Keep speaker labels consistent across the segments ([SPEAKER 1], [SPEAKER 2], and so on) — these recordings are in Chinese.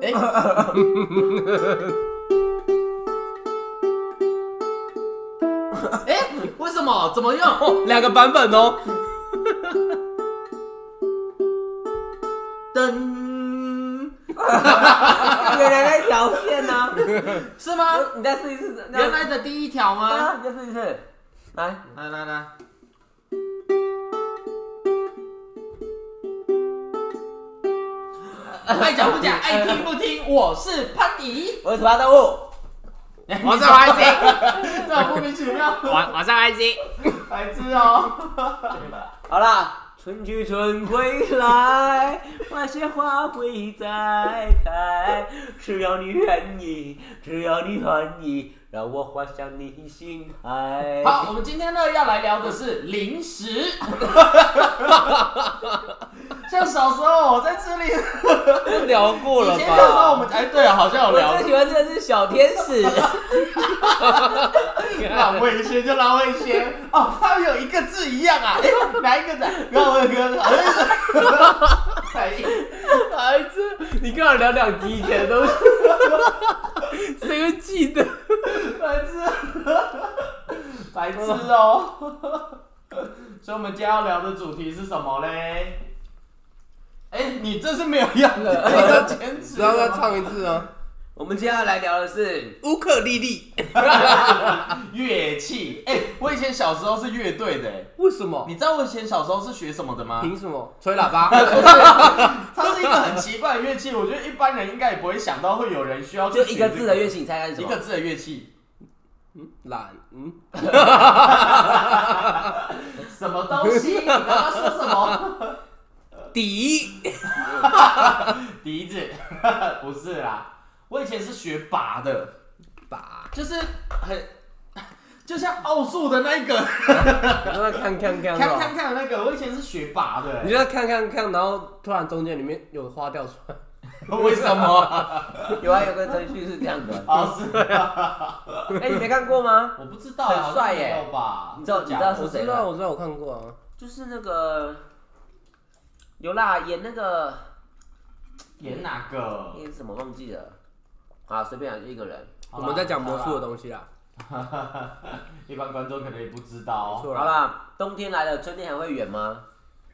[SPEAKER 1] 哎
[SPEAKER 2] 哎、为什么？怎么用？
[SPEAKER 1] 两个版本哦。
[SPEAKER 2] 噔，
[SPEAKER 3] 原来那条线呢？
[SPEAKER 2] 是吗？
[SPEAKER 3] 你再试一次，
[SPEAKER 2] 原来的第一条吗？
[SPEAKER 3] 啊，你再试一次，来，
[SPEAKER 2] 来来来，爱讲不 讲，爱听不听，我是潘迪。
[SPEAKER 3] 我是土八大物，
[SPEAKER 1] 我是孩子，
[SPEAKER 2] 这好莫名其妙，
[SPEAKER 1] 我我是孩子。
[SPEAKER 2] 白痴哦。
[SPEAKER 3] 好啦，春去春回来，那些花会再开，只要你愿意，只要你愿意，让我滑向你心海。
[SPEAKER 2] 好，我们今天呢要来聊的是零 食。像小时候我在吃零，
[SPEAKER 1] 聊过了
[SPEAKER 2] 以前小时候我
[SPEAKER 1] 吧？
[SPEAKER 2] 们哎对啊，好像有聊
[SPEAKER 3] 我最喜欢吃的是小天使，
[SPEAKER 2] 浪味仙就浪味仙哦，他们有一个字一样啊，哎哪一个字啊？浪味哥，哎
[SPEAKER 1] 孩子， 你跟我聊两集以前的东西， 谁会记得？
[SPEAKER 2] 白痴，白痴哦。所以我们今天要聊的主题是什么嘞？哎、你这是没有要的，你要坚持
[SPEAKER 1] 然后再
[SPEAKER 2] 吗。
[SPEAKER 1] 唱一次啊！
[SPEAKER 3] 我们接下来聊的是
[SPEAKER 1] 乌克丽丽，
[SPEAKER 2] 乐器，哎、我以前小时候是乐队的、哎
[SPEAKER 1] 为什么？
[SPEAKER 2] 你知道我以前小时候是学什么的吗？
[SPEAKER 1] 凭什么吹喇叭？
[SPEAKER 2] 它是一个很奇怪的乐器，我觉得一般人应该也不会想到会有人需要去
[SPEAKER 3] 就一
[SPEAKER 2] 学
[SPEAKER 3] 个
[SPEAKER 2] 这
[SPEAKER 3] 字的乐器，你猜猜是什
[SPEAKER 2] 一
[SPEAKER 3] 么
[SPEAKER 2] 个？字的乐器，
[SPEAKER 1] 懒，嗯，
[SPEAKER 2] 什么东 西？你刚刚说什么？
[SPEAKER 1] 底，
[SPEAKER 2] 笛子？ 不是啦，我以前是学拔的，
[SPEAKER 1] 吧，
[SPEAKER 2] 就是很，就像奥数的那一个，
[SPEAKER 1] 然后看看看
[SPEAKER 2] 看看看的那个，我以前是学拔的、
[SPEAKER 1] 你就在看看看，然后突然中间里面有花掉出来，啊
[SPEAKER 2] 为什么？
[SPEAKER 3] 有啊，有个程序是这样的。
[SPEAKER 2] 啊，是
[SPEAKER 3] 哎，你没看过吗？
[SPEAKER 2] 我不知道，
[SPEAKER 3] 很帅
[SPEAKER 2] 好
[SPEAKER 3] 耶
[SPEAKER 2] 像没有吧？
[SPEAKER 3] 你知道你知道是
[SPEAKER 1] 我
[SPEAKER 3] 谁
[SPEAKER 1] 知
[SPEAKER 3] 吗
[SPEAKER 1] 道，我知道，我看过啊。
[SPEAKER 3] 就是那个有啦，演那个
[SPEAKER 2] 演哪个？
[SPEAKER 3] 演什么忘记了，啊，随便啊，就一个人。
[SPEAKER 2] 好
[SPEAKER 1] 我
[SPEAKER 2] 啦
[SPEAKER 1] 们在讲魔术的东西啦，
[SPEAKER 2] 一般观众可能也不知道、
[SPEAKER 1] 错
[SPEAKER 3] 好
[SPEAKER 1] 啦。
[SPEAKER 3] 啦，冬天来了，春天还会远吗？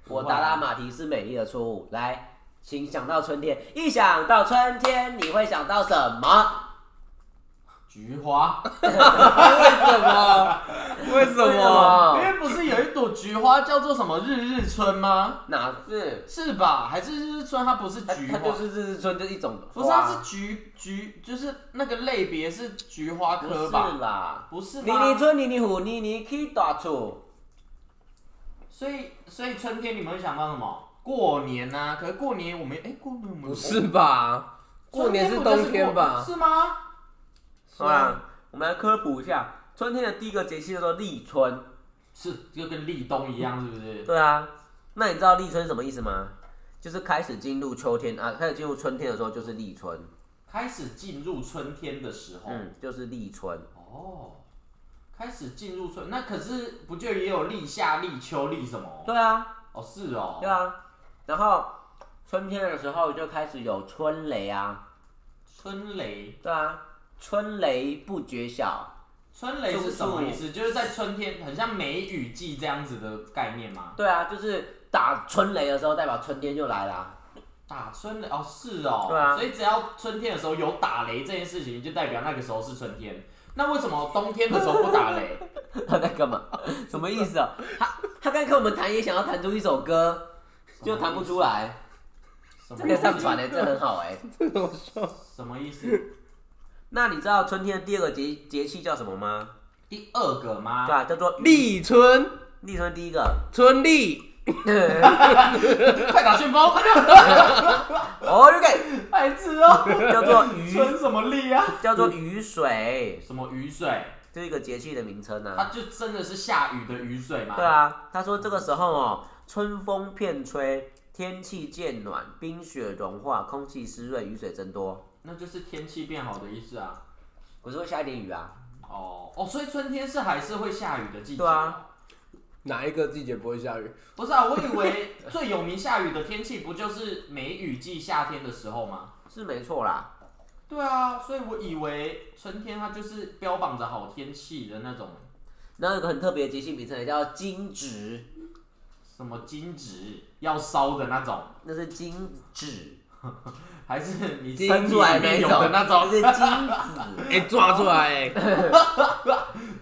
[SPEAKER 3] 我达拉马提是美丽的错误。来，请想到春天，一想到春天，你会想到什么？
[SPEAKER 2] 菊花，
[SPEAKER 1] 为什么？为
[SPEAKER 3] 为什
[SPEAKER 1] 什么？
[SPEAKER 2] 因
[SPEAKER 3] 么？
[SPEAKER 2] 为不是有一朵菊花叫做什么日日春吗？
[SPEAKER 3] 哪是？
[SPEAKER 2] 是吧？还是日日春？它不是
[SPEAKER 3] 它
[SPEAKER 2] 菊花，
[SPEAKER 3] 它就是日日春，就是一种花。
[SPEAKER 2] 不是它是菊菊，就是那个类别是菊花科
[SPEAKER 3] 不
[SPEAKER 2] 吧
[SPEAKER 3] 是？啦？
[SPEAKER 2] 不是
[SPEAKER 3] 妮
[SPEAKER 2] 吧？
[SPEAKER 3] 妮春，妮妮虎，妮妮 K 大处。
[SPEAKER 2] 所以所以春天你们会想到什么？过年呐、可是过年我们哎、过年我们
[SPEAKER 1] 不是吧？过年是
[SPEAKER 2] 春
[SPEAKER 1] 冬
[SPEAKER 2] 天不
[SPEAKER 1] 天
[SPEAKER 2] 就是过
[SPEAKER 1] 吧？
[SPEAKER 2] 是吗？
[SPEAKER 3] 好啦，啊我们来科普一下，春天的第一个节气叫做立春。
[SPEAKER 2] 是就跟立冬一样，是不是？
[SPEAKER 3] 对啊，那你知道立春什么意思吗？就是开始进入秋天啊，开始进入春天的时候就是立春，
[SPEAKER 2] 开始进入春天的时候，
[SPEAKER 3] 嗯，就是立春。
[SPEAKER 2] 哦，开始进入春，那可是不就也有立夏、立秋、立什么？
[SPEAKER 3] 对啊，
[SPEAKER 2] 哦，是哦，
[SPEAKER 3] 对啊。然后春天的时候就开始有春雷啊，
[SPEAKER 2] 春雷。
[SPEAKER 3] 对啊，春雷不觉晓，
[SPEAKER 2] 春雷是什么意思？就是在春天，很像梅雨季这样子的概念吗？
[SPEAKER 3] 对啊，就是打春雷的时候代表春天就来啦。
[SPEAKER 2] 打春雷哦，是哦，
[SPEAKER 3] 对啊
[SPEAKER 2] 所以只要春天的时候有打雷这件事情，就代表那个时候是春天。那为什么冬天的时候不打 雷？
[SPEAKER 3] 他在干嘛？什么意思啊？他他刚看我们弹也想要弹出一首歌，就弹不出来，
[SPEAKER 2] 什
[SPEAKER 3] 这
[SPEAKER 2] 么意
[SPEAKER 3] 个
[SPEAKER 2] 思
[SPEAKER 3] 上传的、这很好哎、
[SPEAKER 1] 这怎么说？
[SPEAKER 2] 什么意思？
[SPEAKER 3] 那你知道春天的第二个节节气叫什么吗？
[SPEAKER 2] 第二个吗
[SPEAKER 3] 对？啊，叫做
[SPEAKER 1] 立春，
[SPEAKER 3] 立春第一个。
[SPEAKER 1] 春丽，
[SPEAKER 2] 快打旋风！
[SPEAKER 3] 哦，OK，
[SPEAKER 2] 白痴哦，
[SPEAKER 3] 叫做雨，
[SPEAKER 2] 春什么力啊？
[SPEAKER 3] 叫做雨水，
[SPEAKER 2] 什么雨水？
[SPEAKER 3] 这是一个节气的名称
[SPEAKER 2] 它
[SPEAKER 3] 啊。
[SPEAKER 2] 就真的是下雨的雨水嘛？
[SPEAKER 3] 对啊，他说这个时候哦，春风片吹，天气渐暖，冰雪融化，空气湿润，雨水增多。
[SPEAKER 2] 那就是天气变好的意思啊。
[SPEAKER 3] 可是会下一点雨啊，
[SPEAKER 2] 哦哦，所以春天是还是会下雨的季节。
[SPEAKER 3] 对啊
[SPEAKER 1] 哪一个季节不会下雨？
[SPEAKER 2] 不是啊，我以为最有名下雨的天气不就是梅雨季夏天的时候吗？
[SPEAKER 3] 是没错啦。
[SPEAKER 2] 对啊，所以我以为春天它就是标榜着好天气的那种
[SPEAKER 3] 然后有个很特别的节气名称，也叫惊蛰，
[SPEAKER 2] 什么金纸要烧的那种，
[SPEAKER 3] 那是金子，
[SPEAKER 2] 还是你
[SPEAKER 3] 金
[SPEAKER 2] 身体
[SPEAKER 3] 出来
[SPEAKER 2] 里
[SPEAKER 3] 那
[SPEAKER 2] 面有
[SPEAKER 3] 种，
[SPEAKER 2] 的那种
[SPEAKER 3] 是金子。
[SPEAKER 1] 哎、抓出来、哎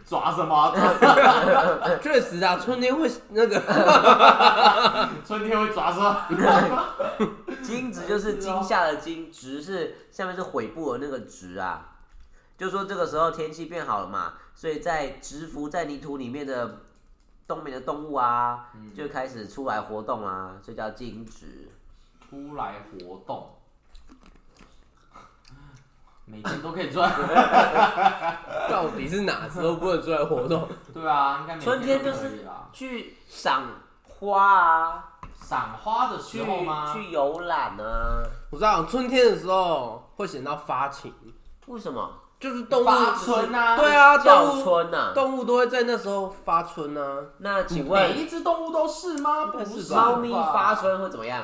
[SPEAKER 2] 抓什么？抓
[SPEAKER 1] 确实啊，春天会那个，
[SPEAKER 2] 春天会抓什么？
[SPEAKER 3] 惊蛰就是惊吓的惊，蛰是下面是悔部的那个蛰啊，就说这个时候天气变好了嘛，所以在蛰伏在泥土里面的冬眠的动物啊，就开始出来活动啊，所以叫惊蛰。
[SPEAKER 2] 出来活动，每天都可以赚。
[SPEAKER 1] 到底是哪时候不能出来活动？
[SPEAKER 2] 对啊，应该每
[SPEAKER 3] 春天
[SPEAKER 2] 都
[SPEAKER 3] 就
[SPEAKER 2] 可
[SPEAKER 3] 是
[SPEAKER 2] 以啦。
[SPEAKER 3] 去赏花啊，
[SPEAKER 2] 赏花的
[SPEAKER 3] 去
[SPEAKER 2] 时候吗？
[SPEAKER 3] 去游览啊，
[SPEAKER 1] 我知道春天的时候会显到发情，
[SPEAKER 3] 为什么？
[SPEAKER 1] 就是动物
[SPEAKER 2] 发春啊
[SPEAKER 1] 对啊，
[SPEAKER 3] 叫
[SPEAKER 1] 动物
[SPEAKER 3] 春啊？
[SPEAKER 1] 动物都会在那时候发春啊。
[SPEAKER 3] 那请
[SPEAKER 2] 每
[SPEAKER 3] 问
[SPEAKER 2] 一只动物都是吗？
[SPEAKER 1] 应该
[SPEAKER 2] 不
[SPEAKER 1] 是吧
[SPEAKER 3] 猫咪发春会怎么样？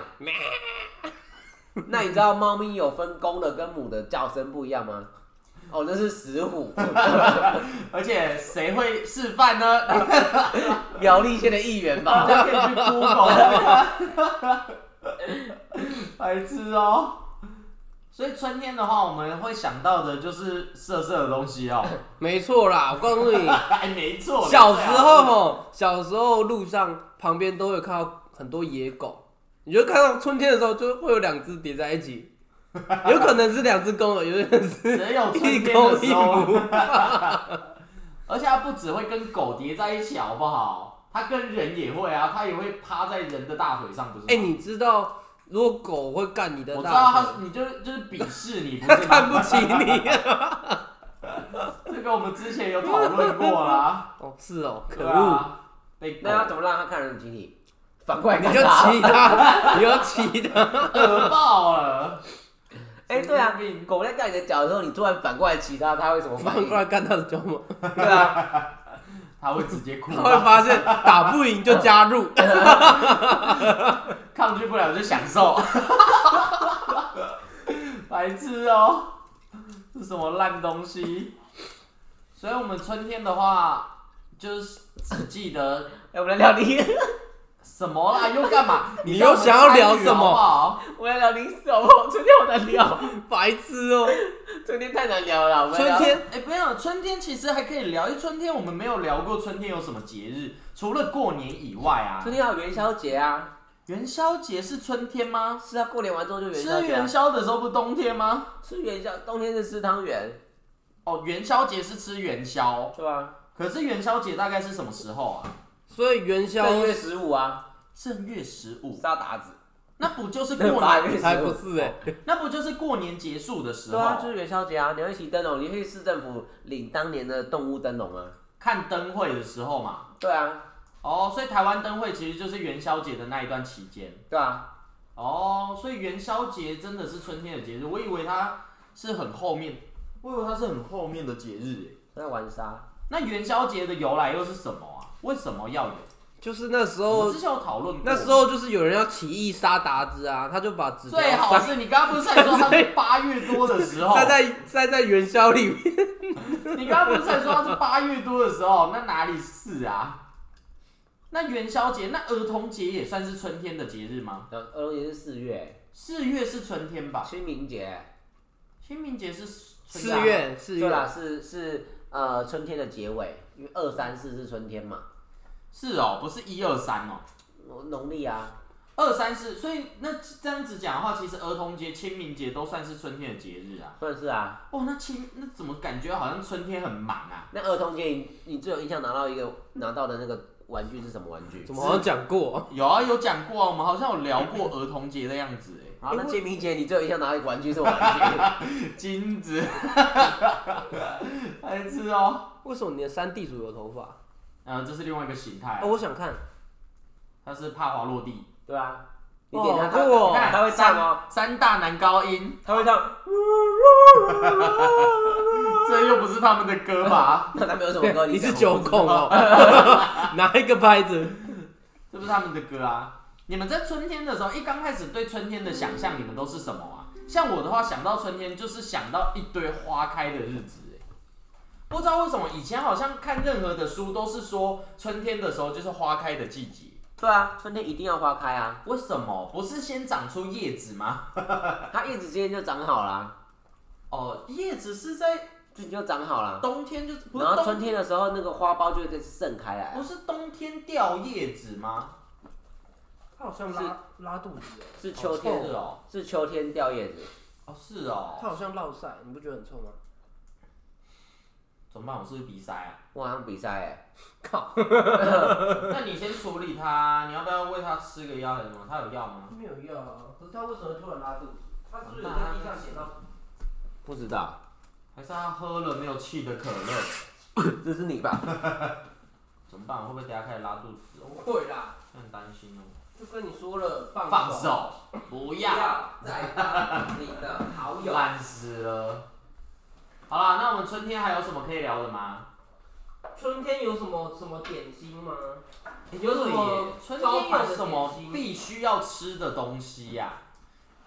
[SPEAKER 3] 那你知道猫咪有分公的跟母的叫声不一样吗？哦，那是石虎，
[SPEAKER 2] 而且谁会示范 呢？
[SPEAKER 3] 苗栗县的议员
[SPEAKER 2] 大
[SPEAKER 3] 吧？
[SPEAKER 2] 家可以去 Google 白痴哦。所以春天的话，我们会想到的就是色色的东西哦。
[SPEAKER 1] 没错啦，我告诉 你，
[SPEAKER 2] 哎，没错，
[SPEAKER 1] 小时候吼，小时候路上旁边都会看到很多野狗，你就看到春天的时候就会有两只叠在一起，有可能是两只公的，有可能是
[SPEAKER 2] 只啊有春
[SPEAKER 1] 一
[SPEAKER 2] 天
[SPEAKER 1] 公
[SPEAKER 2] 的
[SPEAKER 1] 一
[SPEAKER 2] 时候
[SPEAKER 1] 母。
[SPEAKER 2] 而且它不只会跟狗叠在一起，好不好？它跟人也会啊，它也会趴在人的大腿上，不是吗？
[SPEAKER 1] 哎、你知道如果狗会干你的
[SPEAKER 2] 我知道
[SPEAKER 1] 大
[SPEAKER 2] 它
[SPEAKER 1] 腿，，
[SPEAKER 2] 你就就是鄙视你，不
[SPEAKER 1] 它
[SPEAKER 2] 是
[SPEAKER 1] 看
[SPEAKER 2] 吗？
[SPEAKER 1] 不起你。
[SPEAKER 2] 这个我们之前有讨论过 啦，
[SPEAKER 1] 哦，是哦，可
[SPEAKER 2] 对
[SPEAKER 1] 恶。
[SPEAKER 2] 啊，被狗
[SPEAKER 3] 那要怎么让他看人体体？反过来
[SPEAKER 1] 你
[SPEAKER 3] 看
[SPEAKER 1] 就
[SPEAKER 3] 他。啊
[SPEAKER 1] 骑它， 你就骑它。
[SPEAKER 2] 恶爆了。
[SPEAKER 3] 哎，对啊
[SPEAKER 2] 神经病，
[SPEAKER 3] 狗在干你的脚的时候，你突然反过来骑它，它会什么反
[SPEAKER 1] 反
[SPEAKER 3] 应
[SPEAKER 1] 过？来干它的胸 毛，
[SPEAKER 3] 对啊，
[SPEAKER 2] 他会直接哭
[SPEAKER 1] 它会
[SPEAKER 2] 吧，
[SPEAKER 1] 发现打不赢就加入。
[SPEAKER 2] 抗拒不了就享受。白痴哦、这什么烂东西？所以我们春天的话，就是只记得
[SPEAKER 3] 哎，我们来聊零，
[SPEAKER 2] 什么啦，又干嘛？
[SPEAKER 1] 你
[SPEAKER 2] 让我
[SPEAKER 1] 又
[SPEAKER 2] 们
[SPEAKER 1] 想要聊
[SPEAKER 2] 参与
[SPEAKER 1] 什么
[SPEAKER 2] 好不好？
[SPEAKER 3] 我们来聊零什么？春天好难聊，
[SPEAKER 1] 白痴哦、
[SPEAKER 3] 春天太难聊了。我们来
[SPEAKER 1] 春
[SPEAKER 3] 聊
[SPEAKER 1] 天
[SPEAKER 2] 哎、不要，春天其实还可以聊。因为春天我们没有聊过春天有什么节日，除了过年以外啊。
[SPEAKER 3] 春天还有元宵节啊，
[SPEAKER 2] 元宵节是春天吗？
[SPEAKER 3] 是啊，过年完之后就元宵
[SPEAKER 2] 吃
[SPEAKER 3] 节啊
[SPEAKER 2] 元。宵的时候不是冬天吗？
[SPEAKER 3] 吃元宵，冬天是吃汤圆，
[SPEAKER 2] 哦，元宵节是吃元宵，
[SPEAKER 3] 对吧？
[SPEAKER 2] 可是元宵节大概是什么时候啊？
[SPEAKER 1] 所以元宵
[SPEAKER 3] 正月十五啊，
[SPEAKER 2] 正月十五，
[SPEAKER 3] 杀鞑 子。
[SPEAKER 2] 那不就是过
[SPEAKER 3] 八
[SPEAKER 2] 年？
[SPEAKER 3] 月十五
[SPEAKER 1] 才不是哎、
[SPEAKER 3] 欸
[SPEAKER 2] 那不就是过年结束的时
[SPEAKER 3] 对
[SPEAKER 2] 候？
[SPEAKER 3] 啊，就是元宵节啊，你会骑灯笼，你会去市政府领当年的动物灯笼啊。
[SPEAKER 2] 看灯会的时候嘛。
[SPEAKER 3] 对啊，
[SPEAKER 2] 哦，所以台湾灯会其实就是元宵节的那一段期间。
[SPEAKER 3] 对啊，
[SPEAKER 2] 哦，所以元宵节真的是春天的节日，我以为它是很后面，我以为它是很后面的节日耶。
[SPEAKER 3] 在玩沙。
[SPEAKER 2] 那元宵节的由来又是什么啊？为什么要有？
[SPEAKER 1] 就是那时
[SPEAKER 2] 我
[SPEAKER 1] 候
[SPEAKER 2] 们之前有讨论过。
[SPEAKER 1] 那时候就是有人要起义杀达兹啊，他就把纸条
[SPEAKER 2] 最好
[SPEAKER 1] 塞
[SPEAKER 2] 是你刚刚不是才说它是八月多的时候？
[SPEAKER 1] 塞 在塞在元宵里面。
[SPEAKER 2] 你刚刚不是才说它是八月多的时候？那哪里是啊？那元宵节，那儿童节也算是春天的节日吗？
[SPEAKER 3] 然后儿童节是四呃月，
[SPEAKER 2] 四月是春天吧？
[SPEAKER 3] 清明节。
[SPEAKER 2] 清明节是春天
[SPEAKER 1] 四
[SPEAKER 2] 啊，
[SPEAKER 1] 月四
[SPEAKER 3] 对啦，
[SPEAKER 1] 月，
[SPEAKER 3] 是是呃春天的结尾，因为二三四是春天嘛，
[SPEAKER 2] 是哦，不是一二三哦，
[SPEAKER 3] 农历啊。
[SPEAKER 2] 二三是，所以那这样子讲的话，其实儿童节、清明节都算是春天的节日啊。
[SPEAKER 3] 算是啊，
[SPEAKER 2] 哦，那清那怎么感觉好像春天很忙啊？
[SPEAKER 3] 那儿童节你你最有印象拿到一个拿到的那个玩具是什么玩具
[SPEAKER 1] 怎？么好像讲过？
[SPEAKER 2] 有啊，有讲过、啊，我们好像有聊过儿童节的样子哎、
[SPEAKER 3] 好，那清明节你最有印象拿到一个玩具是什么玩
[SPEAKER 2] 金子， 白痴哦。
[SPEAKER 1] 为什么你的三地主有头发？
[SPEAKER 2] 嗯、这是另外一个形态啊、
[SPEAKER 1] 哦， 我想看，
[SPEAKER 2] 他是怕滑落地。
[SPEAKER 3] 具？对啊，你点它，
[SPEAKER 1] 哦酷哦
[SPEAKER 3] 它它会唱哦，
[SPEAKER 2] 三大男高音，
[SPEAKER 3] 它会唱。
[SPEAKER 2] 这又不是他们的歌吧？
[SPEAKER 3] 那他们有什么歌？
[SPEAKER 1] 你是
[SPEAKER 3] 讲
[SPEAKER 1] 九 孔哦，哪一个牌子？
[SPEAKER 2] 这不是他们的歌啊！你们在春天的时候，一刚开始对春天的想象，你们都是什么啊？像我的话，想到春天就是想到一堆花开的日子、欸。不知道为什么以前好像看任何的书都是说春天的时候就是花开的季节，
[SPEAKER 3] 对啊，春天一定要花开啊，
[SPEAKER 2] 为什么不是先长出叶子吗？
[SPEAKER 3] 它叶子今天就长好啦，
[SPEAKER 2] 哦，叶子是在
[SPEAKER 3] 自己就长好啦。
[SPEAKER 2] 冬天就不是
[SPEAKER 3] 然
[SPEAKER 2] 冬
[SPEAKER 3] 后春天的时候，那个花苞就会开始盛开来
[SPEAKER 2] 不
[SPEAKER 3] 啊，
[SPEAKER 2] 是冬天掉叶子吗？
[SPEAKER 1] 他好像拉拉肚子欸，
[SPEAKER 3] 是秋天
[SPEAKER 2] 好臭哦
[SPEAKER 3] 是秋天掉叶子，
[SPEAKER 2] 哦，是哦，
[SPEAKER 1] 他好像落晒，你不觉得很臭吗？
[SPEAKER 2] 怎么办？我是不是鼻塞啊？
[SPEAKER 3] 我好像比赛哎，
[SPEAKER 1] 靠，
[SPEAKER 2] 那你先处理它，你要不要喂它吃个药还是什么？它有药吗？
[SPEAKER 1] 没有药啊，可是他为什么突然拉肚子？他
[SPEAKER 2] 是不是有在地上捡到？
[SPEAKER 3] 不知道，
[SPEAKER 2] 还是它喝了没有气的可乐？
[SPEAKER 3] 这是你吧？
[SPEAKER 2] 怎么办？我会不会等一下开始拉肚子哦？
[SPEAKER 1] 不会啦，
[SPEAKER 2] 很担心哦。
[SPEAKER 1] 就跟你说了，放
[SPEAKER 2] 放手，不
[SPEAKER 1] 不
[SPEAKER 2] 要，
[SPEAKER 1] 要再当你的好友。
[SPEAKER 2] 烂死了。好啦，那我们春天还有什么可以聊的吗？
[SPEAKER 1] 春天有什么什么点心吗？
[SPEAKER 2] 有什么春天有什
[SPEAKER 1] 招牌的
[SPEAKER 2] 么
[SPEAKER 1] 点心
[SPEAKER 2] 必须要吃的东西呀、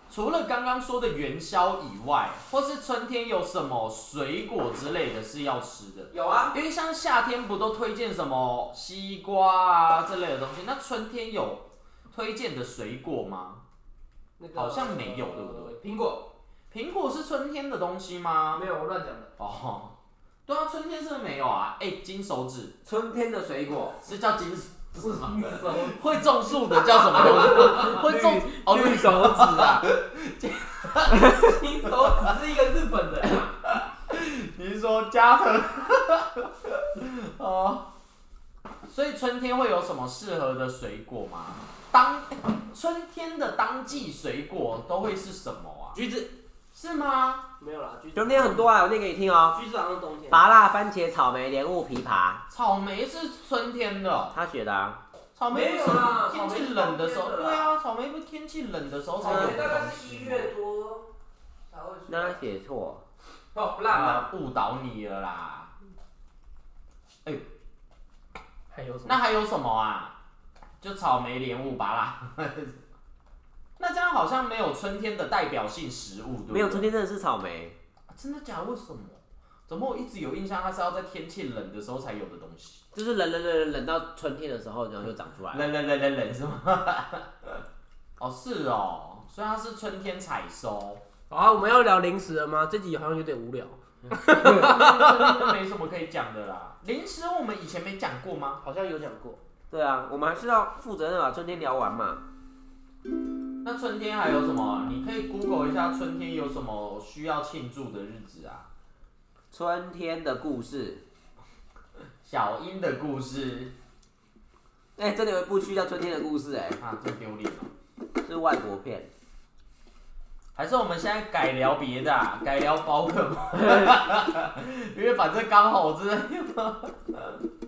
[SPEAKER 2] 除了刚刚说的元宵以外，或是春天有什么水果之类的是要吃的？
[SPEAKER 1] 有啊，
[SPEAKER 2] 因为像夏天不都推荐什么西瓜啊这类的东西，那春天有推荐的水果吗？
[SPEAKER 1] 那个
[SPEAKER 2] 好像没有对不
[SPEAKER 1] 对？苹果
[SPEAKER 2] 苹果是春天的东西吗？
[SPEAKER 1] 啊没有，我乱讲的。
[SPEAKER 2] 哦，对啊，春天是不是没有啊？哎、金手指
[SPEAKER 3] 春天的水果，
[SPEAKER 2] 是叫金手
[SPEAKER 1] 是 什么？
[SPEAKER 2] 会种树的叫什么东西？ 会种哦
[SPEAKER 3] 绿手指啊，
[SPEAKER 1] 金手指是一个日本人啊，
[SPEAKER 2] 你是说加藤？ 哦，所以春天会有什么适合的水果吗？当春天的当季水果都会是什么啊？
[SPEAKER 1] 橘子
[SPEAKER 2] 是吗？
[SPEAKER 1] 没有啦，橘子
[SPEAKER 3] 春天很多啊，有那个你听哦，
[SPEAKER 1] 橘子好像冬天。
[SPEAKER 3] 芭辣、番茄、草莓、莲雾、枇杷，
[SPEAKER 2] 草莓是春天的啊哦，
[SPEAKER 3] 他写的啊，
[SPEAKER 2] 草莓
[SPEAKER 1] 没有啦
[SPEAKER 2] 天气冷的时候，
[SPEAKER 1] 草莓是冬天的啦
[SPEAKER 2] 对啊，草莓不是天气冷的时候才
[SPEAKER 1] 草
[SPEAKER 2] 有的东西
[SPEAKER 1] 莓大
[SPEAKER 2] 吗
[SPEAKER 1] 概是一月多才会出
[SPEAKER 3] 那
[SPEAKER 1] 来
[SPEAKER 3] 他。写错，
[SPEAKER 1] 哦，烂了。
[SPEAKER 2] 啊，误导你了啦。
[SPEAKER 1] 还有什
[SPEAKER 2] 那还有什么啊？就草莓、莲雾、芭啦。那这样好像没有春天的代表性食物，对不对？
[SPEAKER 3] 没有春天真的是草莓，
[SPEAKER 2] 啊真的假的？为什么？怎么我一直有印象它是要在天气冷的时候才有的东西？
[SPEAKER 3] 就是冷冷冷冷冷到春天的时候，然后就长出来了。
[SPEAKER 2] 冷冷冷冷冷是吗？哦，是哦，所以它是春天采收，
[SPEAKER 1] 好啊，我们要聊零食了吗？这集好像有点无聊，
[SPEAKER 2] 春天没什么可以讲的啦。零食我们以前没讲过吗？
[SPEAKER 1] 好像有讲过。
[SPEAKER 3] 对啊，我们还是要负责任把春天聊完嘛。
[SPEAKER 2] 那春天还有什么？你可以 Google 一下春天有什么需要庆祝的日子啊？
[SPEAKER 3] 春天的故事，
[SPEAKER 2] 小樱的故事
[SPEAKER 3] 哎、真的有一部剧叫《春天的故事、
[SPEAKER 2] 啊，真丢脸哦。
[SPEAKER 3] 哎，是外国片，
[SPEAKER 2] 还是我们现在改聊别的、 啊，改聊宝可梦，因为反正刚好我真的。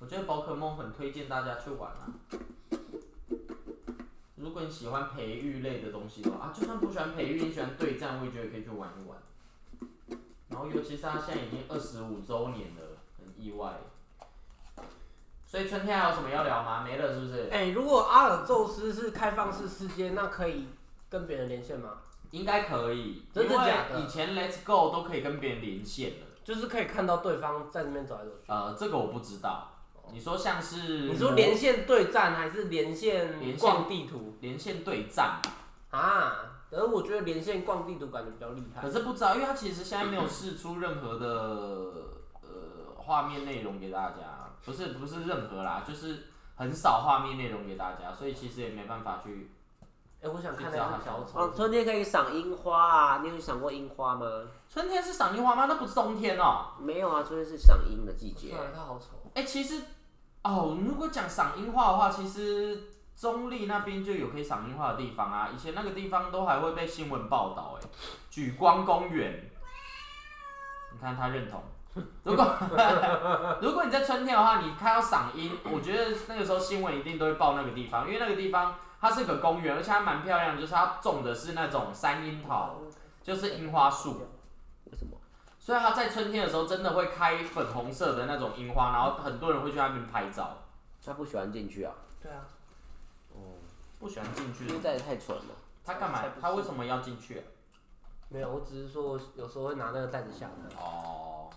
[SPEAKER 2] 我觉得宝可梦很推荐大家去玩啊。如果你喜欢培育类的东西的话，啊，就算不喜欢培育，你喜欢对战，我也觉得可以去玩一玩。然后，尤其是它现在已经二十五周年了，很意外。所以春天还有什么要聊吗？没了是不是？
[SPEAKER 1] 哎、如果阿尔宙斯是开放式世界，那可以跟别人连线吗？
[SPEAKER 2] 应该可以，
[SPEAKER 1] 真的
[SPEAKER 2] 因为
[SPEAKER 1] 假的
[SPEAKER 2] 以前 Let's Go 都可以跟别人连线了。
[SPEAKER 1] 就是可以看到对方在那边走来走去。
[SPEAKER 2] 呃，这个我不知道。你说像是
[SPEAKER 1] 你说连线对战还是连线
[SPEAKER 2] 连线
[SPEAKER 1] 逛地图
[SPEAKER 2] 连线对战，
[SPEAKER 1] 啊？可是我觉得连线逛地图感觉比较厉害
[SPEAKER 2] 可。是不知道，因为它其实现在没有试出任何的呃画面内容给大家，不是不是任何啦，就是很少画面内容给大家，所以其实也没办法去。
[SPEAKER 1] 哎、我想看那
[SPEAKER 2] 就知道
[SPEAKER 1] 个
[SPEAKER 2] 它
[SPEAKER 1] 小
[SPEAKER 3] 哦
[SPEAKER 1] 丑，。
[SPEAKER 3] 春天可以赏樱花啊，你有赏过樱花吗？
[SPEAKER 2] 春天是赏樱花吗？那不是冬天哦、
[SPEAKER 3] 没有啊，春天是赏樱的季节
[SPEAKER 1] 虽。然他好丑，
[SPEAKER 2] 哎、其实哦，如果讲赏樱花的话，其实中立那边就有可以赏樱花的地方啊。以前那个地方都还会被新闻报道，哎，举光公园。你看他认同。 如果如果你在春天的话，你看到赏樱，我觉得那个时候新闻一定都会报那个地方，因为那个地方它是个公园，而且它蛮漂亮的，就是它种的是那种山樱桃，就是樱花树。
[SPEAKER 3] 为什么？
[SPEAKER 2] 所以它在春天的时候真的会开粉红色的那种樱花，然后很多人会去那边拍照。
[SPEAKER 3] 他不喜欢进去啊，
[SPEAKER 1] 对啊，
[SPEAKER 2] 不喜欢进去
[SPEAKER 3] 因为，在太蠢了。
[SPEAKER 2] 他干嘛
[SPEAKER 1] 嗯才不？是
[SPEAKER 2] 他为什么要进去、啊？
[SPEAKER 1] 没有，我只是说我有时候会拿那个袋子下单。
[SPEAKER 2] 哦，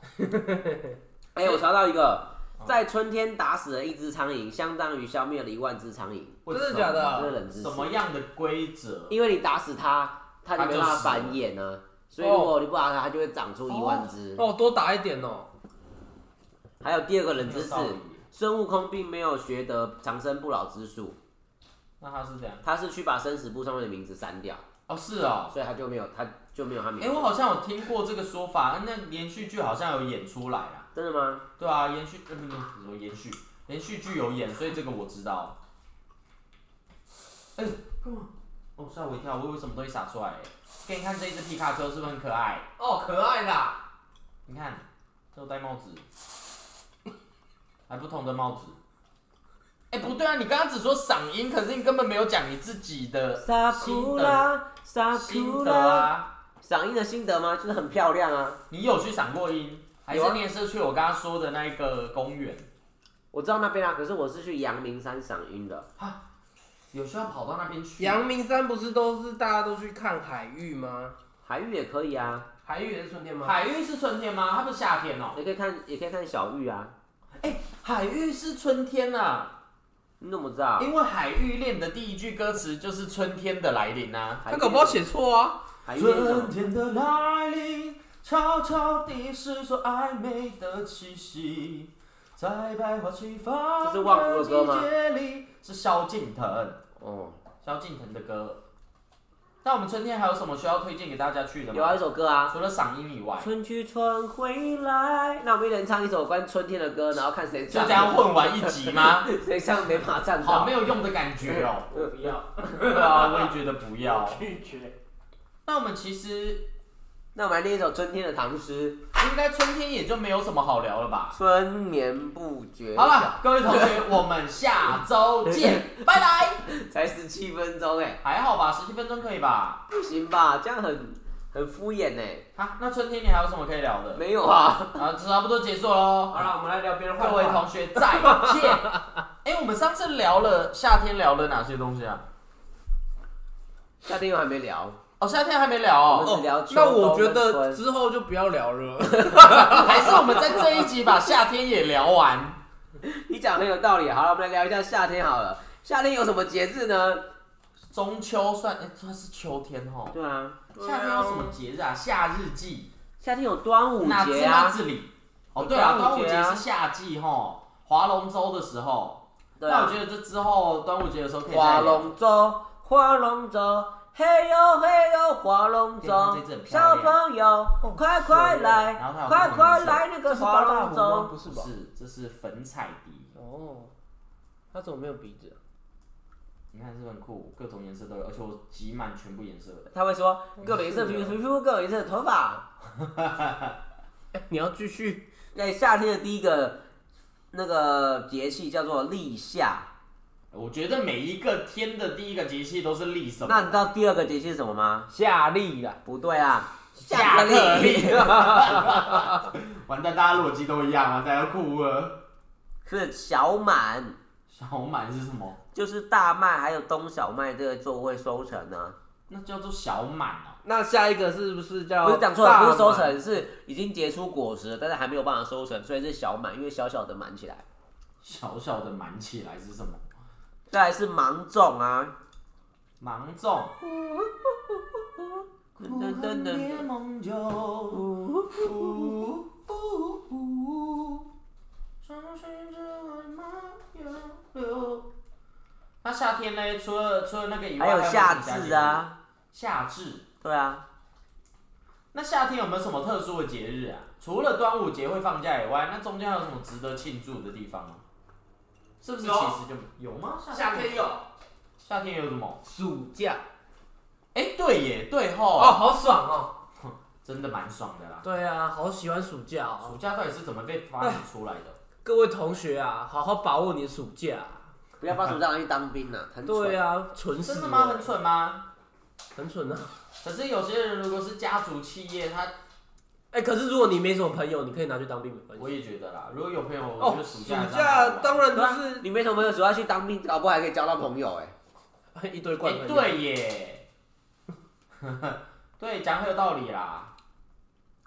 [SPEAKER 3] 哎、我查到一个，在春天打死了一只苍蝇，相当于消灭了一万只苍蝇，
[SPEAKER 1] 真的假的
[SPEAKER 3] 这是冷知识
[SPEAKER 2] 什。么样的规则？
[SPEAKER 3] 因为你打死它，它就没办法
[SPEAKER 2] 它就死了
[SPEAKER 3] 繁衍呢、所以如果你不打它，它就会长出一万只。
[SPEAKER 1] 哦，多打一点哦。
[SPEAKER 3] 还有第二个冷知
[SPEAKER 2] 有
[SPEAKER 3] 识
[SPEAKER 2] 道理，
[SPEAKER 3] 孙悟空并没有学得长生不老之术，
[SPEAKER 2] 那他是这样？
[SPEAKER 3] 他是去把生死簿上面的名字删掉，
[SPEAKER 2] 哦，是哦。
[SPEAKER 3] 所以他就没有，他就没有他名
[SPEAKER 2] 哎、
[SPEAKER 3] 字。
[SPEAKER 2] 我好像有听过这个说法，那连续剧好像有演出来啊。
[SPEAKER 3] 真的吗？
[SPEAKER 2] 对啊，延续呃不不不什么延续，连续剧有演，所以这个我知道。哎、干嘛？哦，吓我一跳，我以为什么东西洒出来、欸。给你看这一只皮卡丘是不是很可爱？
[SPEAKER 1] 哦，可爱啦。
[SPEAKER 2] 你看，这我戴帽子，还不同的帽子。哎、不对啊，你刚刚只说嗓音，可是你根本没有讲你自己的
[SPEAKER 3] 萨
[SPEAKER 2] 心
[SPEAKER 3] 库
[SPEAKER 2] 得
[SPEAKER 3] 拉，萨
[SPEAKER 2] 心
[SPEAKER 3] 库
[SPEAKER 2] 得
[SPEAKER 3] 拉，
[SPEAKER 2] 啊。
[SPEAKER 3] 嗓音的心得吗？就是很漂亮啊。
[SPEAKER 2] 你有去赏过音？还是
[SPEAKER 3] 有啊
[SPEAKER 2] 你也是去我刚刚说的那个公园？
[SPEAKER 3] 我知道那边啊，可是我是去阳明山赏樱的。
[SPEAKER 2] 有需要跑到那边去？
[SPEAKER 1] 阳明山不是都是大家都去看海域吗？
[SPEAKER 3] 海芋也可以啊，
[SPEAKER 1] 海域也是春天吗？
[SPEAKER 2] 海芋是春天吗？它不是夏天哦、
[SPEAKER 3] 也可以看，也可以看小玉啊。
[SPEAKER 2] 海芋是春天呐、
[SPEAKER 3] 你怎么知道？
[SPEAKER 2] 因为海芋恋的第一句歌词就是春天的来临啊呐、
[SPEAKER 3] 海芋
[SPEAKER 1] 他搞不好写错啊。
[SPEAKER 3] 海芋是什么？
[SPEAKER 2] 天的来临，悄悄地是说暧昧的气息，在百花齐放
[SPEAKER 3] 这是旺夫的歌吗
[SPEAKER 2] 节里，是萧敬腾，
[SPEAKER 3] 哦，
[SPEAKER 2] 萧敬腾的歌。那我们春天还有什么需要推荐给大家去的吗？
[SPEAKER 3] 有啊，一首歌啊。
[SPEAKER 2] 除了嗓音以外，
[SPEAKER 3] 春去春回来，那我们一人唱一首关春天的歌，然后看谁
[SPEAKER 2] 就
[SPEAKER 3] 唱
[SPEAKER 2] 这样混完一集吗？
[SPEAKER 3] 谁唱没法 唱
[SPEAKER 2] 好
[SPEAKER 3] 到
[SPEAKER 2] 没。有用的感觉哦、
[SPEAKER 1] 我不要，
[SPEAKER 2] 对啊，我也觉得不要。
[SPEAKER 1] 拒绝。
[SPEAKER 2] 那我们其实
[SPEAKER 3] 那我们来念一首春天的唐诗：
[SPEAKER 2] 应该春天也就没有什么好聊了吧？
[SPEAKER 3] 春眠不觉晓。
[SPEAKER 2] 好了，各位同学，我们下周见， 拜拜。
[SPEAKER 3] 才十七分钟哎，
[SPEAKER 2] 还好吧，十七分钟可以吧？
[SPEAKER 3] 不行吧？这样很很敷衍哎。
[SPEAKER 2] 啊，那春天你还有什么可以聊的？
[SPEAKER 3] 没有啊，
[SPEAKER 2] 啊，差不多结束喽。
[SPEAKER 1] 好了，我们来聊别人坏
[SPEAKER 2] 各位同学再 见。哎、我们上次聊了夏天聊了哪些东西啊？
[SPEAKER 3] 夏天又还没聊，
[SPEAKER 2] 哦，夏天还没聊
[SPEAKER 3] 我们
[SPEAKER 2] 哦，
[SPEAKER 3] 只聊秋
[SPEAKER 1] 那我
[SPEAKER 3] 冬
[SPEAKER 1] 觉
[SPEAKER 3] 跟
[SPEAKER 1] 得
[SPEAKER 3] 春
[SPEAKER 1] 之后就不要聊了。
[SPEAKER 2] 还是我们在这一集把 夏天也聊完？
[SPEAKER 3] 你讲得很有道理。好了，我们来聊一下夏天好了。夏天有什么节日呢？
[SPEAKER 2] 中秋算哎，算是秋天哦。
[SPEAKER 3] 对啊，
[SPEAKER 2] 夏天有什么节日啊？夏日祭、
[SPEAKER 3] 夏天有端午
[SPEAKER 2] 哪
[SPEAKER 3] 节
[SPEAKER 2] 知
[SPEAKER 3] 啊
[SPEAKER 2] 那，这里？哦，对啊，端
[SPEAKER 3] 端
[SPEAKER 2] 午
[SPEAKER 3] 午
[SPEAKER 2] 节
[SPEAKER 3] 节啊
[SPEAKER 2] 是夏季吼，划龙舟的时候。
[SPEAKER 3] 对
[SPEAKER 2] 那
[SPEAKER 3] 啊
[SPEAKER 2] 我。觉得这之后端午节的时候可以再聊
[SPEAKER 3] 划龙舟，划龙舟，嘿呦嘿呦，划龙舟
[SPEAKER 2] 对它这只很，漂
[SPEAKER 3] 小
[SPEAKER 2] 亮哦
[SPEAKER 3] 朋友，快
[SPEAKER 2] 然
[SPEAKER 3] 快
[SPEAKER 2] 后它
[SPEAKER 3] 来
[SPEAKER 2] 有，
[SPEAKER 3] 快快
[SPEAKER 2] 不同的颜色
[SPEAKER 3] 来那个划龙舟。
[SPEAKER 1] 不是
[SPEAKER 2] 不
[SPEAKER 1] 吧？
[SPEAKER 2] 是，这是粉彩笛。
[SPEAKER 1] 哦，他怎么没有鼻子啊？
[SPEAKER 2] 你看是不是很酷，各种颜色都有，而且我集满全部颜色的。
[SPEAKER 3] 他会说各种颜色皮肤，各种颜色的头发。
[SPEAKER 1] 哎你要继续？
[SPEAKER 3] 对，夏天的第一个那个节气叫做立夏。
[SPEAKER 2] 我觉得每一个天的第一个节气都是立什么？
[SPEAKER 3] 那你知道第二个节气是什么吗？
[SPEAKER 1] 夏利啦。
[SPEAKER 3] 不对啊，
[SPEAKER 2] 夏克
[SPEAKER 3] 立
[SPEAKER 2] 立。完蛋，大家逻辑都一样，完蛋要哭了。
[SPEAKER 3] 是小满，
[SPEAKER 2] 小满是什么？
[SPEAKER 3] 就是大麦还有冬小麦这个作物会收成啊呢、
[SPEAKER 2] 那叫做小满哦。
[SPEAKER 1] 那下一个是不是叫？
[SPEAKER 3] 不是讲错了，不是收。成，是已经结出果实了，但是还没有办法收成，所以是小满，因为小小的满起来。
[SPEAKER 2] 小小的满起来是什么？
[SPEAKER 3] 再来是芒种啊，
[SPEAKER 2] 芒种。
[SPEAKER 3] 噔嗯噔噔噔，
[SPEAKER 2] 梦就呜呜呜呜那夏天呢？除了除了那个以外，
[SPEAKER 3] 还有夏
[SPEAKER 2] 什么
[SPEAKER 3] 至
[SPEAKER 2] 节日。
[SPEAKER 3] 啊，
[SPEAKER 2] 夏至，
[SPEAKER 3] 对啊，
[SPEAKER 2] 那夏天有没有什么特殊的节日啊？除了端午节会放假以外，那中间还有什么值得庆祝的地方吗？是不是其
[SPEAKER 1] 有
[SPEAKER 2] 实就有吗？
[SPEAKER 1] 有
[SPEAKER 2] 夏天有什么？
[SPEAKER 1] 暑假
[SPEAKER 2] 哎、对耶，对
[SPEAKER 1] 哦，
[SPEAKER 2] 吼，
[SPEAKER 1] 好爽哦。
[SPEAKER 2] 真的蛮爽的啦。
[SPEAKER 1] 对啊，好喜欢暑假哦。
[SPEAKER 2] 暑假到底是怎么被发明出来的？
[SPEAKER 1] 各位同学啊，好好把握你的暑假啊。
[SPEAKER 3] 不要把暑假拿去当兵了、很蠢。
[SPEAKER 1] 对啊，蠢死
[SPEAKER 2] 真
[SPEAKER 1] 了
[SPEAKER 2] 的吗？很蠢吗？
[SPEAKER 1] 很蠢啊。
[SPEAKER 2] 可是有些人如果是家族企业，他
[SPEAKER 1] 哎，可是如果你没什么朋友，你可以拿去当兵没关系。
[SPEAKER 2] 我也觉得啦。如果有朋友，我
[SPEAKER 1] 哦
[SPEAKER 2] 觉得，暑
[SPEAKER 1] 暑
[SPEAKER 2] 假
[SPEAKER 1] 假当然
[SPEAKER 3] 对啊
[SPEAKER 1] 就
[SPEAKER 3] 你没什么朋友，暑假去当兵，搞不好还可以交到朋友哎、
[SPEAKER 1] 是 一堆
[SPEAKER 2] 哎
[SPEAKER 1] 怪、朋友。
[SPEAKER 2] 对耶， 对，讲很有道理啦。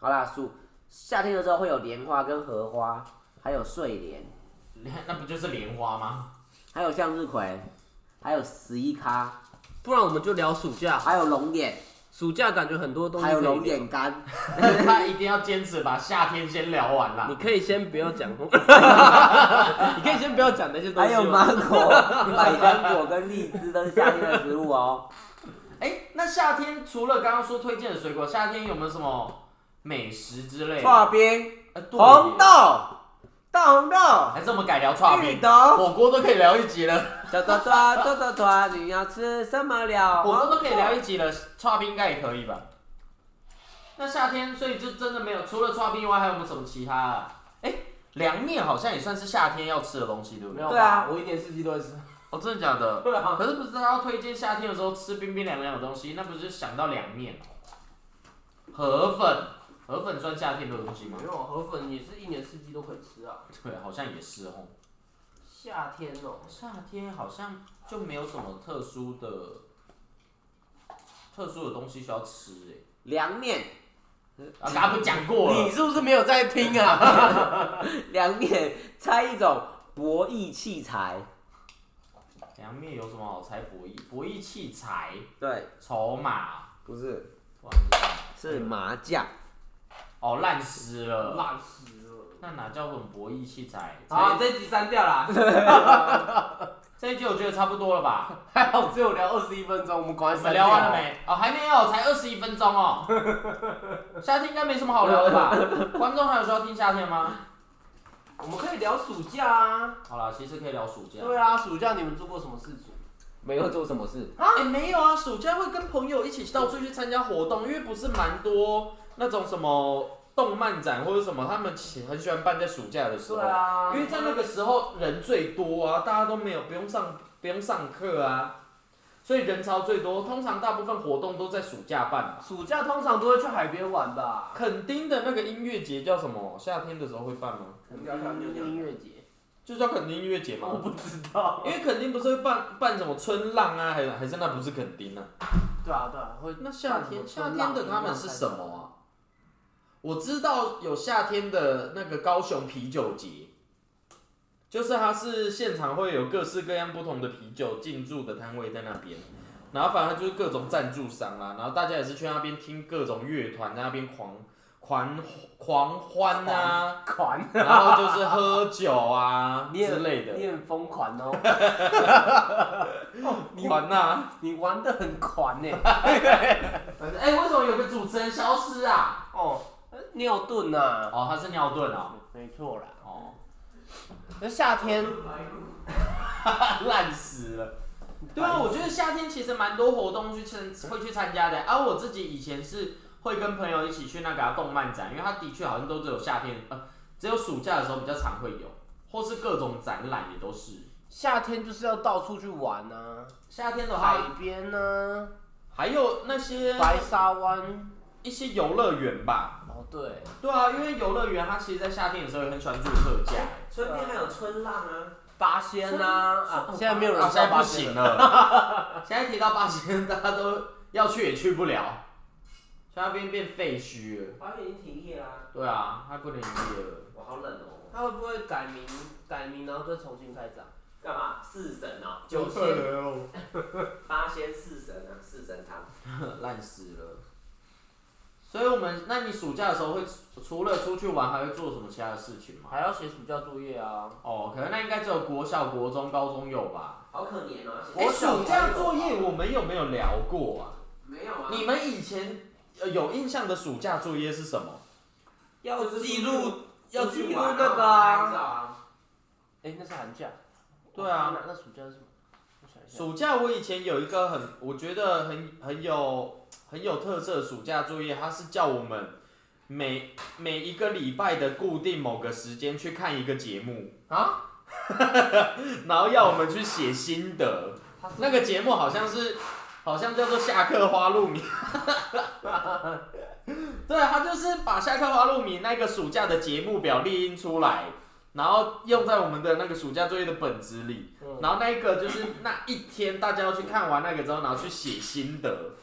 [SPEAKER 3] 好啦，暑夏天的时候会有莲花跟荷花，还有睡莲，
[SPEAKER 2] 那不就是莲花吗？
[SPEAKER 3] 还有向日葵，还有十一咖，
[SPEAKER 1] 不然我们就聊暑假，
[SPEAKER 3] 还有龙眼，
[SPEAKER 1] 暑假感觉很多东西
[SPEAKER 3] 还有
[SPEAKER 1] 可以
[SPEAKER 3] 龙
[SPEAKER 1] 聊。
[SPEAKER 3] 眼干。
[SPEAKER 2] 他一定要坚持把夏天先聊完啦
[SPEAKER 1] 你。可以先不要讲，你可以先不要讲那些东
[SPEAKER 3] 还
[SPEAKER 1] 西。
[SPEAKER 3] 有芒？果、 百香果跟荔枝都是夏天的食物哦。
[SPEAKER 2] 哎、那夏天除了刚刚说推荐的水果，夏天有没有什么美食之类的？
[SPEAKER 3] 刨冰、
[SPEAKER 2] 呃对耶
[SPEAKER 3] 红豆、大红豆、
[SPEAKER 2] 还是我们改聊串
[SPEAKER 3] 绿
[SPEAKER 2] 冰？
[SPEAKER 3] 豆，
[SPEAKER 2] 火锅都可以聊一集 了，
[SPEAKER 3] 小坨坨、坨坨坨，你要吃什么了？哦
[SPEAKER 2] 火锅都可以聊一集了，串冰应该也可以吧？那夏天，所以就真的没有，除了串冰以外，还有没有什么其他、啊？哎、凉面好像也算是夏天要吃的东西，对不
[SPEAKER 1] 没
[SPEAKER 2] 对
[SPEAKER 1] 有？吧
[SPEAKER 3] 对啊
[SPEAKER 1] 我一年四季都在吃。
[SPEAKER 2] 哦，真的假的？
[SPEAKER 1] 对啊
[SPEAKER 2] 可是不是他要推荐夏天的时候吃冰冰凉凉的东西，那不是想到凉面吗？河粉，河粉算夏天的东西吗
[SPEAKER 1] 没？有啊河粉也是一年四季都可以吃啊。
[SPEAKER 2] 对，好像也是哦。
[SPEAKER 1] 夏天哦，
[SPEAKER 2] 夏天好像就没有什么特殊的、特殊的东西需要吃诶、
[SPEAKER 3] 凉面，
[SPEAKER 2] 啊，刚刚不讲过
[SPEAKER 1] 你
[SPEAKER 2] 了？
[SPEAKER 1] 是不是没有在听啊？
[SPEAKER 3] 凉面，猜一种博弈器材。
[SPEAKER 2] 凉面有什么好猜？博弈，博弈器材、
[SPEAKER 3] 对，
[SPEAKER 2] 筹码，
[SPEAKER 3] 不是，
[SPEAKER 2] 不然是什么
[SPEAKER 3] 是麻将。
[SPEAKER 2] 哦，烂死了。
[SPEAKER 1] 烂死了！
[SPEAKER 2] 那哪叫什么博弈器材？
[SPEAKER 4] 啊
[SPEAKER 1] 好，
[SPEAKER 2] 这
[SPEAKER 1] 这一集删掉啦。
[SPEAKER 2] 这一集我觉得差不多了吧。
[SPEAKER 1] 还 好只有聊二十一分钟，我们赶快
[SPEAKER 2] 我
[SPEAKER 1] 删
[SPEAKER 2] 们
[SPEAKER 1] 掉
[SPEAKER 2] 聊完了？没？哦，还没有，才二十一分钟 哦。夏天应该没什么好聊的 吧？观众还有需要听夏天吗？
[SPEAKER 1] 我们可以聊暑假啊。
[SPEAKER 2] 好啦，其实可以聊暑假。
[SPEAKER 1] 对啊，暑假你们做过什么事情？
[SPEAKER 3] 没有做什么事，
[SPEAKER 2] 啊、也没有啊，暑假会跟朋友一起到处去参加活动，因为不是蛮多那种什么动漫展或者什么，他们喜很喜欢办在暑假的时候，
[SPEAKER 1] 啊
[SPEAKER 2] 因为在那个时候人最多啊，大家都没有不用上不用上课啊，所以人潮最多。通常大部分活动都在暑假办吧。
[SPEAKER 1] 暑假通常都会去海边玩吧？
[SPEAKER 2] 垦丁的那个音乐节叫什么？夏天的时候会办吗？
[SPEAKER 1] 音乐节，
[SPEAKER 2] 就叫垦丁音乐节
[SPEAKER 1] 我
[SPEAKER 2] 吗？
[SPEAKER 1] 不知道。
[SPEAKER 2] 因为垦丁不是会办办什么春浪啊，还是还是那不是垦丁啊？
[SPEAKER 1] 对啊，对啊，会
[SPEAKER 2] 那夏天
[SPEAKER 1] 办什
[SPEAKER 2] 夏
[SPEAKER 1] 么春浪
[SPEAKER 2] 天的他们是什么啊？我知道有夏天的那个高雄啤酒节，就是它是现场会有各式各样不同的啤酒进驻的摊位在那边，然后反正就是各种赞助商啦，然后大家也是去那边听各种乐团在那边狂狂狂欢啊，
[SPEAKER 1] 款？
[SPEAKER 2] 然后就是喝酒啊
[SPEAKER 1] 你也
[SPEAKER 2] 之类的，
[SPEAKER 1] 你很疯狂哦， 你
[SPEAKER 2] 玩呐、
[SPEAKER 1] 你玩的很欸狂呢。
[SPEAKER 2] 哎、为什么有个主持人消失啊？
[SPEAKER 1] 哦，尿遁呐，
[SPEAKER 2] 哦，他是尿遁啊。
[SPEAKER 1] 没错啦。
[SPEAKER 2] 哦，
[SPEAKER 1] 那夏天
[SPEAKER 2] 烂死了。对啊，我觉得夏天其实蛮多活动去参会去参加的，而、我自己以前是会跟朋友一起去那个啊、动漫展，因为它的确好像都只有夏天，呃，只有暑假的时候比较常会有，或是各种展览也都是。
[SPEAKER 1] 夏天就是要到处去玩啊，
[SPEAKER 2] 夏天的话，
[SPEAKER 1] 海边啊呢，
[SPEAKER 2] 还有那些
[SPEAKER 1] 白沙湾。
[SPEAKER 2] 一些游乐园吧。
[SPEAKER 1] 哦，对，
[SPEAKER 2] 对啊，因为游乐园它其实，在夏天的时候也很喜欢做特价。
[SPEAKER 3] 春天还有春浪啊。
[SPEAKER 1] 八仙呐，啊，现在没有人
[SPEAKER 2] 啊，
[SPEAKER 1] 知
[SPEAKER 2] 现在
[SPEAKER 1] 道
[SPEAKER 2] 不
[SPEAKER 1] 八
[SPEAKER 2] 行
[SPEAKER 1] 仙了。
[SPEAKER 2] 了。 现在提到八仙，大家都要去也去不了，现在那边变废墟了。
[SPEAKER 3] 八月已经停业啦，
[SPEAKER 2] 对啊，它不能营业了。
[SPEAKER 3] 我好冷哦。
[SPEAKER 1] 他会不会改名？改名然后再重新开张？
[SPEAKER 3] 干嘛？四神哦，
[SPEAKER 1] 有可
[SPEAKER 2] 能哦，
[SPEAKER 3] 八仙四神啊，四神汤。
[SPEAKER 2] 烂死了。所以我们，那你暑假的时候会除除了出去玩，还会做什么其他的事情吗？
[SPEAKER 1] 还要写暑假作业啊？
[SPEAKER 2] 哦，可能那应该只有国小、国中、高中有吧。
[SPEAKER 3] 好可怜哦！哎
[SPEAKER 2] 哎、暑假作业我们有没有聊过啊？
[SPEAKER 3] 没有啊
[SPEAKER 2] 你们以前呃有印象的暑假作业是什么？
[SPEAKER 1] 要记录，要
[SPEAKER 3] 要
[SPEAKER 1] 记
[SPEAKER 3] 去
[SPEAKER 1] 录
[SPEAKER 3] 玩
[SPEAKER 1] 那个
[SPEAKER 3] 啊，
[SPEAKER 1] 啊
[SPEAKER 3] 拍。照啊
[SPEAKER 1] 哎、那是寒假。
[SPEAKER 2] 对啊
[SPEAKER 1] 我天哪，那暑假是什么？我想一下，
[SPEAKER 2] 暑假我以前有一个很，我觉得很很有很有特色的暑假作业，它是叫我们每每一个礼拜的固定某个时间去看一个节目啊， 然后要我们去写心得。那个节目好像是好像叫做《下课花露米》， 对，他就是把《下课花露米》那个暑假的节目表列印出来，然后用在我们的那个暑假作业的本子里。
[SPEAKER 1] 嗯，
[SPEAKER 2] 然后那一个就是那一天大家要去看完那个之后，然后去写心得，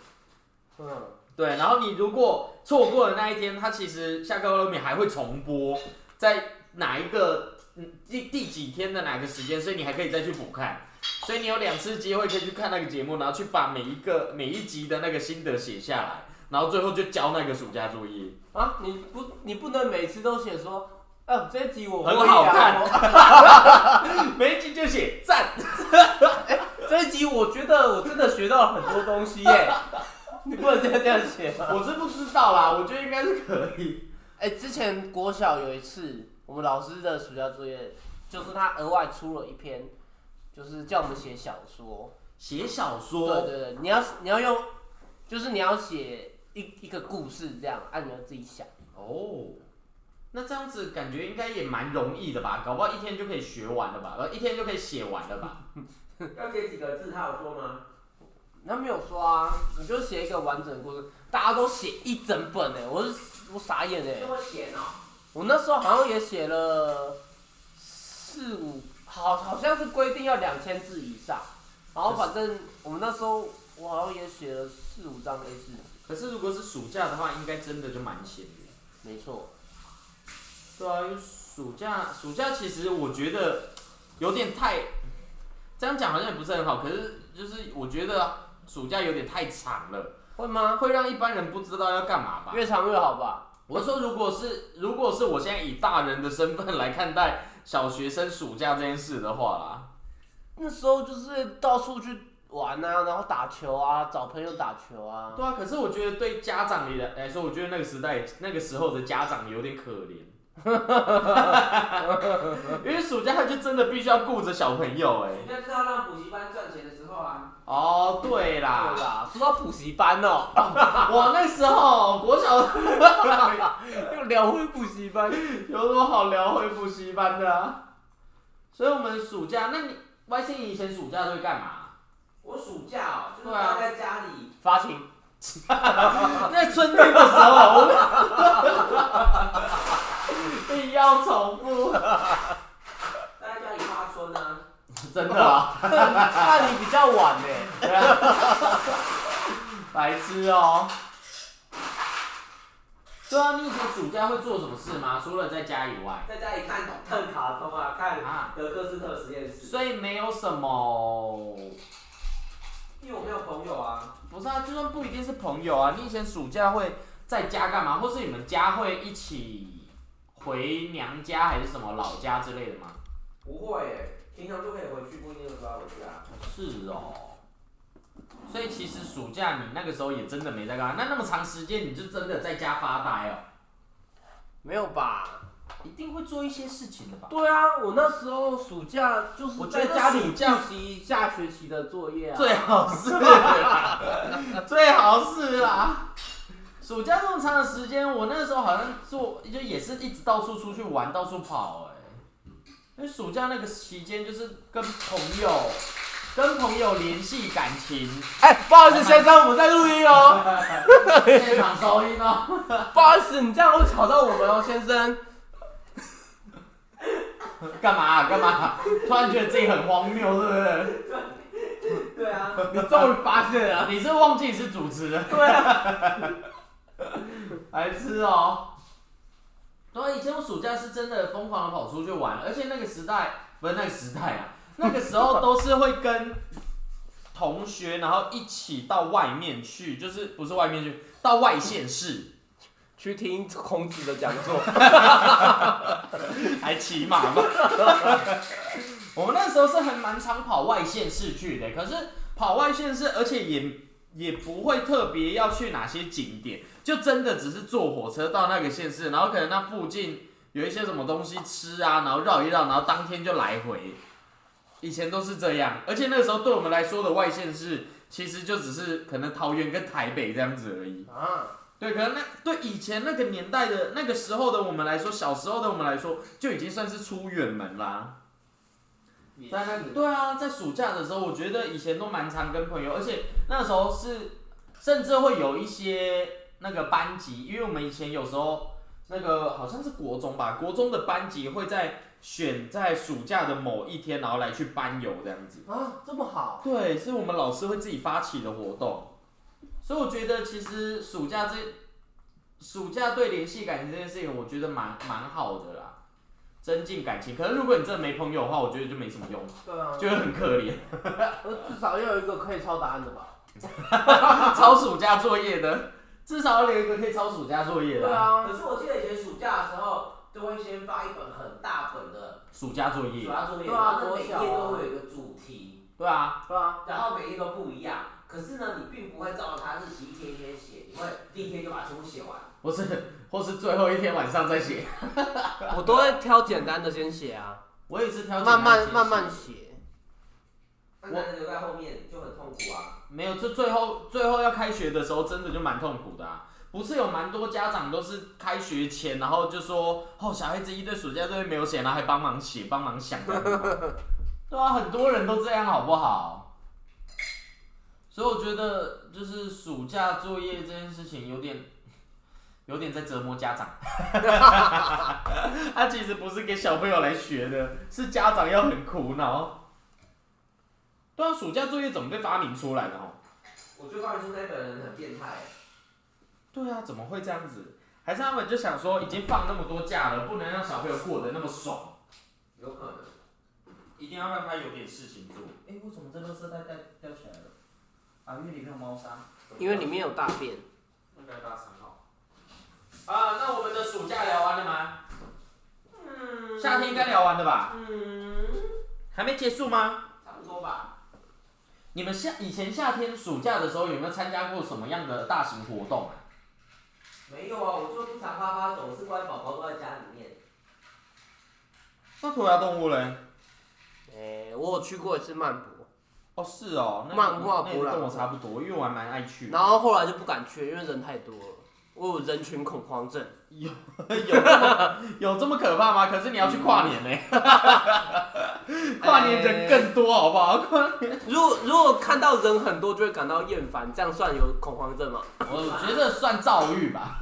[SPEAKER 1] 嗯，
[SPEAKER 2] 对，然后你如果错过了那一天，它其实下课后面还会重播，在哪一个嗯第第几天的哪个时间，所以你还可以再去补看。所以你有两次机会可以去看那个节目，然后去把每一个每一集的那个心得写下来，然后最后就交那个暑假作业。
[SPEAKER 1] 啊，你不你不能每次都写说，啊，这一集我
[SPEAKER 2] 很
[SPEAKER 1] 会
[SPEAKER 2] 好
[SPEAKER 1] 啊
[SPEAKER 2] 看
[SPEAKER 1] 我
[SPEAKER 2] 每一集就写赞，
[SPEAKER 1] 这一集我觉得我真的学到了很多东西耶， 你不能这样这样写吗？
[SPEAKER 2] 我是不知道啦，我觉得应该是可以。
[SPEAKER 1] 哎、之前国小有一次，我们老师的暑假作业就是他额外出了一篇，就是叫我们写小说。
[SPEAKER 2] 写小
[SPEAKER 1] 对
[SPEAKER 2] 说，
[SPEAKER 1] 对对，你要你要用，就是你要写一一个故事这样，按、你要自己想。
[SPEAKER 2] 哦，那这样子感觉应该也蛮容易的吧？搞不好一天就可以学完了吧？呃，一天就可以写完了吧？
[SPEAKER 3] 要写几个字，他有说吗？
[SPEAKER 1] 他没有说啊，你就写一个完整的故事，大家都写一整本哎、我是我傻眼哎、
[SPEAKER 3] 么闲哦。
[SPEAKER 1] 我那时候好像也写了四五，好好像是规定要两千字以上，然后反正我们那时候我好像也写了四五张 A 四纸，
[SPEAKER 2] 可是如果是暑假的话，应该真的就蛮闲的。
[SPEAKER 1] 没错，
[SPEAKER 2] 对啊，因为暑假暑假其实我觉得有点太，这样讲好像也不是很好，可是就是我觉得暑假有点太长了，
[SPEAKER 1] 会吗？
[SPEAKER 2] 会让一般人不知道要干嘛吧。
[SPEAKER 1] 越长越好吧？
[SPEAKER 2] 我说，如果是如果是我现在以大人的身份来看待小学生暑假这件事的话啦，
[SPEAKER 1] 那时候就是到处去玩啊，然后打球啊，找朋友打球啊，
[SPEAKER 2] 对啊，可是我觉得对家长来来说，我觉得那个时代那个时候的家长有点可怜， 因为暑假他就真的必须要顾着小朋友哎、
[SPEAKER 3] 那就是要让补习班赚钱的时候啊。
[SPEAKER 2] 哦，对啦，
[SPEAKER 1] 对啦，说到补习班哦、
[SPEAKER 2] 我那时候国小
[SPEAKER 1] 又聊回补习班，
[SPEAKER 2] 有什么好聊回补习班的啊？所以我们暑假，那你 Y C 你以前暑假都会干嘛？
[SPEAKER 3] 我暑假哦，就是
[SPEAKER 2] 对啊
[SPEAKER 3] 待在家里，
[SPEAKER 1] 发情，
[SPEAKER 2] 在春天的时候， 你要重复，
[SPEAKER 3] 待在家里画春啊。
[SPEAKER 2] 真的啊，
[SPEAKER 1] 那你比较晚呢、
[SPEAKER 2] 白痴哦。对啊，你以前暑假会做什么事吗？除了在家以外，
[SPEAKER 3] 在家里看看卡通啊，看
[SPEAKER 2] 啊
[SPEAKER 3] 德克斯特实验室，
[SPEAKER 2] 所以没有什么，
[SPEAKER 3] 因为我没有朋友啊，
[SPEAKER 2] 不是啊，就算不一定是朋友啊，你以前暑假会在家干嘛？或是你们家会一起回娘家还是什么老家之类的吗？
[SPEAKER 3] 不会耶，平常就可以回去，不一定都要回去啊。
[SPEAKER 2] 是哦。所以其实暑假你那个时候也真的没在干嘛，那那么长时间你就真的在家发呆哦，
[SPEAKER 1] 没有吧？
[SPEAKER 2] 一定会做一些事情的吧？
[SPEAKER 1] 对啊，我那时候暑假就是
[SPEAKER 2] 我觉
[SPEAKER 1] 在
[SPEAKER 2] 得
[SPEAKER 1] 家里
[SPEAKER 2] 暑假
[SPEAKER 1] 复习下学期的作业啊。
[SPEAKER 2] 最好是啦，最好是啦。暑假这么长的时间，我那时候好像做就也是一直到处出去玩，到处跑哎、因为暑假那个期间就是跟朋友跟朋友联系感情，
[SPEAKER 1] 哎、不好意思，先生，我们在录音哦。
[SPEAKER 2] 现场收音哦。
[SPEAKER 1] 不好意思，你这样会吵到我们哦，先生。
[SPEAKER 2] 干嘛啊干、嘛啊、突然觉得自己很荒谬，是不是？
[SPEAKER 3] 对啊，
[SPEAKER 1] 你终于发现了。
[SPEAKER 2] 你是忘记你是主持人？啊对啊。 白痴哦。对啊，以前我暑假是真的疯狂的跑出去玩，而且那个时代不是那个时代啊，那个时候都是会跟同学，然后一起到外面去，就是不是外面去，到外县市，
[SPEAKER 1] 去听孔子的讲座，
[SPEAKER 2] 还骑马吗？ 我们那时候是很蛮常跑外县市去的，可是跑外县市，而且也也不会特别要去哪些景点，就真的只是坐火车到那个县市，然后可能那附近有一些什么东西吃啊，然后绕一绕，然后当天就来回。以前都是这样，而且那时候对我们来说的外县市，其实就只是可能桃园跟台北这样子而已。
[SPEAKER 1] 啊，
[SPEAKER 2] 对，可能那对以前那个年代的那个时候的我们来说，小时候的我们来说，就已经算是出远门啦。
[SPEAKER 3] 也
[SPEAKER 2] 在那
[SPEAKER 3] 是
[SPEAKER 2] 对啊，在暑假的时候，我觉得以前都蛮常跟朋友，而且那时候是甚至会有一些那个班级，因为我们以前有时候那个好像是国中吧，国中的班级会在选在暑假的某一天，然后来去班游这样子。
[SPEAKER 1] 啊，这么好，
[SPEAKER 2] 对，是我们老师会自己发起的活动，所以我觉得其实暑假这暑假对联系感情这件事情，我觉得蛮蛮好的啦，增进感情。可是如果你真的没朋友的话，我觉得就没什么用，
[SPEAKER 1] 对啊，
[SPEAKER 2] 就会很可怜。
[SPEAKER 1] 我呃至少要有一个可以抄答案的吧？
[SPEAKER 2] 抄暑假作业的，至少要留一个可以抄暑假作业的、
[SPEAKER 1] 啊
[SPEAKER 4] 可，是我记得以前暑假的时候，都会先发一本很大本的
[SPEAKER 2] 暑假作业
[SPEAKER 4] 暑，假作业，
[SPEAKER 1] 对啊
[SPEAKER 4] 然后每
[SPEAKER 1] 多
[SPEAKER 4] 一
[SPEAKER 1] 小啊
[SPEAKER 4] 页都会有一个主题，
[SPEAKER 2] 对啊，
[SPEAKER 1] 对啊，
[SPEAKER 4] 然后每一页都不一样。可是呢，你并不会照着它日期一天一天写，你会第一天就把它全部写完。
[SPEAKER 2] 或是或是最后一天晚上再写。
[SPEAKER 1] 我都会挑简单的先写啊，
[SPEAKER 2] 我也是挑
[SPEAKER 1] 慢慢
[SPEAKER 2] 简单的写
[SPEAKER 1] 慢慢写。
[SPEAKER 4] 那男人留在后面就很痛苦啊。
[SPEAKER 2] 没有，就最后最后要开学的时候，真的就蛮痛苦的、啊。不是有蛮多家长都是开学前，然后就说哦，小孩子一堆暑假作业没有写，然后还帮忙写、帮忙想。 对啊，很多人都这样，好不好？所以我觉得就是暑假作业这件事情有点。有点在折磨家长， 他其实不是给小朋友来学的，是家长要很苦恼。对啊，暑假作业怎么被发明出来的？哦？
[SPEAKER 4] 我就告诉你那本人很变态。
[SPEAKER 2] 对啊，怎么会这样子？还是他们就想说，已经放那么多假了，不能让小朋友过得那么爽，
[SPEAKER 4] 有可能。
[SPEAKER 2] 一定要让他有点事情做。
[SPEAKER 5] 哎、为什么这垃圾袋掉掉起来了？啊，因为里面有猫砂。
[SPEAKER 1] 因为里面有大便，
[SPEAKER 2] 那个大三号。啊，那我们的暑假聊完了吗？嗯。夏天应该聊完了吧？
[SPEAKER 4] 嗯，
[SPEAKER 2] 还没结束吗？
[SPEAKER 4] 差不多吧。
[SPEAKER 2] 你们夏以前夏天暑假的时候有没有参加过什么样的大型活动啊？
[SPEAKER 4] 没有啊，我就不常啪啪走，总是乖宝宝都在家里面。
[SPEAKER 2] 那涂鸦动物人？
[SPEAKER 1] 哎、我有去过一次曼博，
[SPEAKER 2] 哦，是哦，那
[SPEAKER 1] 漫画
[SPEAKER 2] 那
[SPEAKER 1] 博览
[SPEAKER 2] 跟我差不多，因为我还蛮爱去的。
[SPEAKER 1] 然后后来就不敢去，因为人太多了，我有人群恐慌症。
[SPEAKER 2] 有这么有这么可怕吗？可是你要去跨 年呢、哎跨年人更多，好不好？跨年。
[SPEAKER 1] 如果如果看到人很多就会感到厌烦，这样算有恐慌症吗？
[SPEAKER 2] 我觉得算躁郁吧，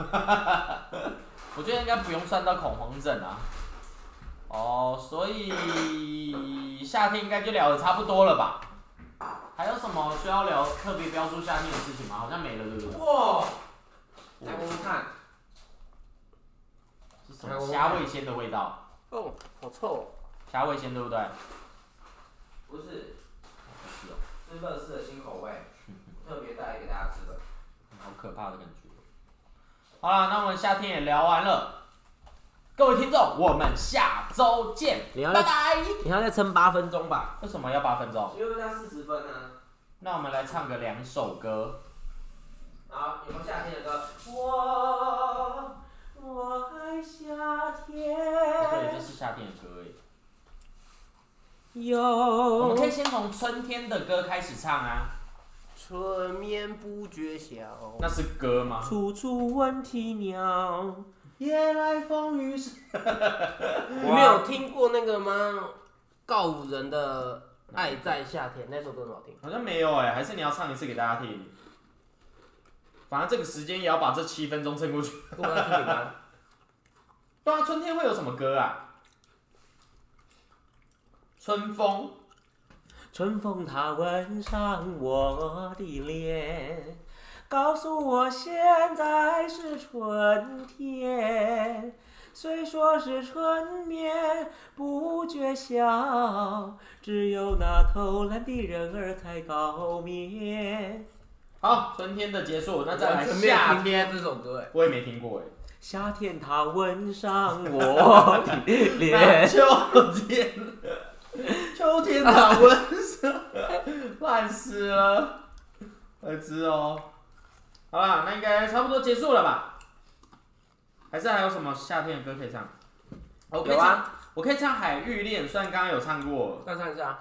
[SPEAKER 2] 我觉得应该不用算到恐慌症啊。哦，所以夏天应该就聊的差不多了吧？还有什么需要聊特别标注夏天的事情吗？好像没了，对不对？
[SPEAKER 4] 哇，来闻闻看，
[SPEAKER 2] 是什么虾味鲜的味道？
[SPEAKER 1] 哦，好臭、哦。
[SPEAKER 2] 虾味鲜对不对？
[SPEAKER 4] 不是，是乐事的新口 味，特别带给大家吃的。
[SPEAKER 2] 好可怕的感觉。好啦，那我们夏天也聊完了，各位听众，我们下周见，
[SPEAKER 3] 你要
[SPEAKER 2] 拜拜。
[SPEAKER 3] 你要再撑八分钟吧。
[SPEAKER 2] 为什么要八分钟？
[SPEAKER 4] 因为它四十分啊呢、
[SPEAKER 2] 那我们来唱个两首歌。
[SPEAKER 4] 啊，然后有没有夏天的歌？我我爱夏
[SPEAKER 2] 对，
[SPEAKER 4] 天。
[SPEAKER 2] 这是夏天的歌诶。我们可
[SPEAKER 1] 有
[SPEAKER 2] 以先从春天的歌开始唱啊。
[SPEAKER 1] 春眠不觉晓，
[SPEAKER 2] 那是歌吗？
[SPEAKER 1] 处处闻啼鸟。
[SPEAKER 2] 夜来风雨是。
[SPEAKER 1] 你们有听过那个吗？告五人的《爱在夏天》那首歌很好听。
[SPEAKER 2] 好像没有哎、还是你要唱一次给大家听。反正这个时间也要把这七分钟撑过去。
[SPEAKER 1] 跟我要去饼 干。
[SPEAKER 2] 对啊，春天会有什么歌啊？春风。
[SPEAKER 3] 春风它吻上我的脸，告诉我现在是春天。虽说是春眠不觉晓，只有那偷懒的人儿才高眠。
[SPEAKER 2] 好，春天的结束，那再来
[SPEAKER 1] 完全没有
[SPEAKER 2] 夏
[SPEAKER 1] 听
[SPEAKER 2] 天，
[SPEAKER 1] 这首歌哎，
[SPEAKER 2] 我也没听过哎、
[SPEAKER 3] 夏天它吻上我的
[SPEAKER 2] 那
[SPEAKER 3] 脸，
[SPEAKER 2] 秋天，秋天打温上， 烂死了，儿子哦。好啦，那应该差不多结束了吧？还是还有什么夏天的歌可以唱？我可以
[SPEAKER 1] 有
[SPEAKER 2] 唱，
[SPEAKER 1] 啊
[SPEAKER 2] 我可以唱《海芋恋》，虽然刚刚有唱过了。
[SPEAKER 1] 那唱一下。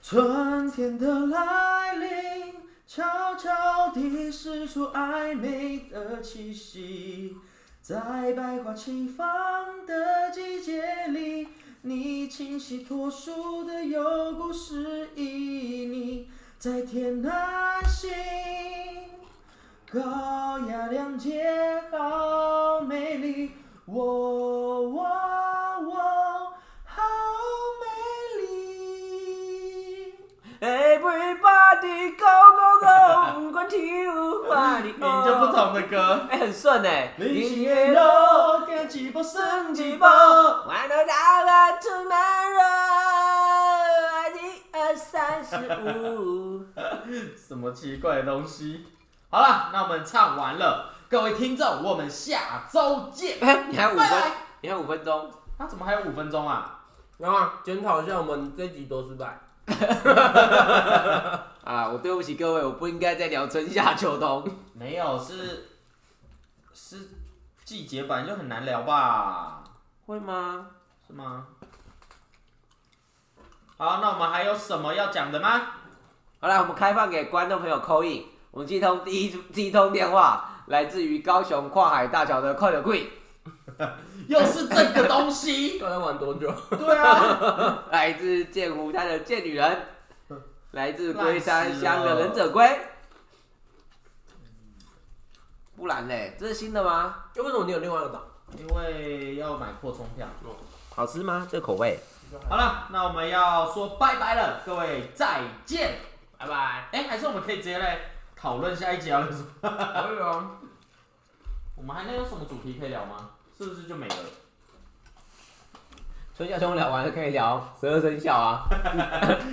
[SPEAKER 2] 春天的来临，悄悄地释出暧昧的气息，在百花齐放的季节里，你清晰脱俗的有故事意你在天南星，高雅亮洁，好美丽，我我我，好美丽。
[SPEAKER 3] 哎 Everybody go go go， want you, want you.
[SPEAKER 2] 哎你就不同的歌。
[SPEAKER 3] 哎、很顺哎、
[SPEAKER 2] 肉，干几包剩几包。
[SPEAKER 3] 玩到大了 tomorrow，一二三四五。
[SPEAKER 2] 什么奇怪的东西？好了，那我们唱完了，各位听众，我们下周见。
[SPEAKER 3] 哎，你还五
[SPEAKER 2] 拜
[SPEAKER 3] 分
[SPEAKER 2] 拜，
[SPEAKER 3] 你还五分钟。
[SPEAKER 2] 那、怎么还有五分钟啊？
[SPEAKER 1] 然后检讨一下我们这集多失败。
[SPEAKER 3] 啊，我对不起各位，我不应该再聊春夏秋冬。
[SPEAKER 2] 没有，是是季节本来就很难聊吧？
[SPEAKER 3] 会吗？
[SPEAKER 2] 是吗？好，那我们还有什么要讲的吗？
[SPEAKER 3] 好了，我们开放给观众朋友扣印。我们接通第一第一通电话，来自于高雄跨海大桥的快乐贵，
[SPEAKER 2] 又是这个东 西？
[SPEAKER 1] 到底玩多久？
[SPEAKER 2] 对啊，
[SPEAKER 3] 来自剑湖山的剑女人，来自龟山乡
[SPEAKER 2] 烂死
[SPEAKER 3] 的
[SPEAKER 2] 了
[SPEAKER 3] 忍者龟。不然嘞，这是新的吗？
[SPEAKER 1] 就为什么你有另外一个档？
[SPEAKER 2] 因为要买扩充票。
[SPEAKER 3] 好吃吗？这个口味？
[SPEAKER 2] 好了，那我们要说拜拜了，各位再见，拜拜。哎、还是我们可以直接来讨论下一集啊？
[SPEAKER 1] 可以啊，
[SPEAKER 2] 我们还能有什么主题可以聊吗？是不是就没了？
[SPEAKER 3] 春夏秋冬聊完了可以聊十二生肖啊。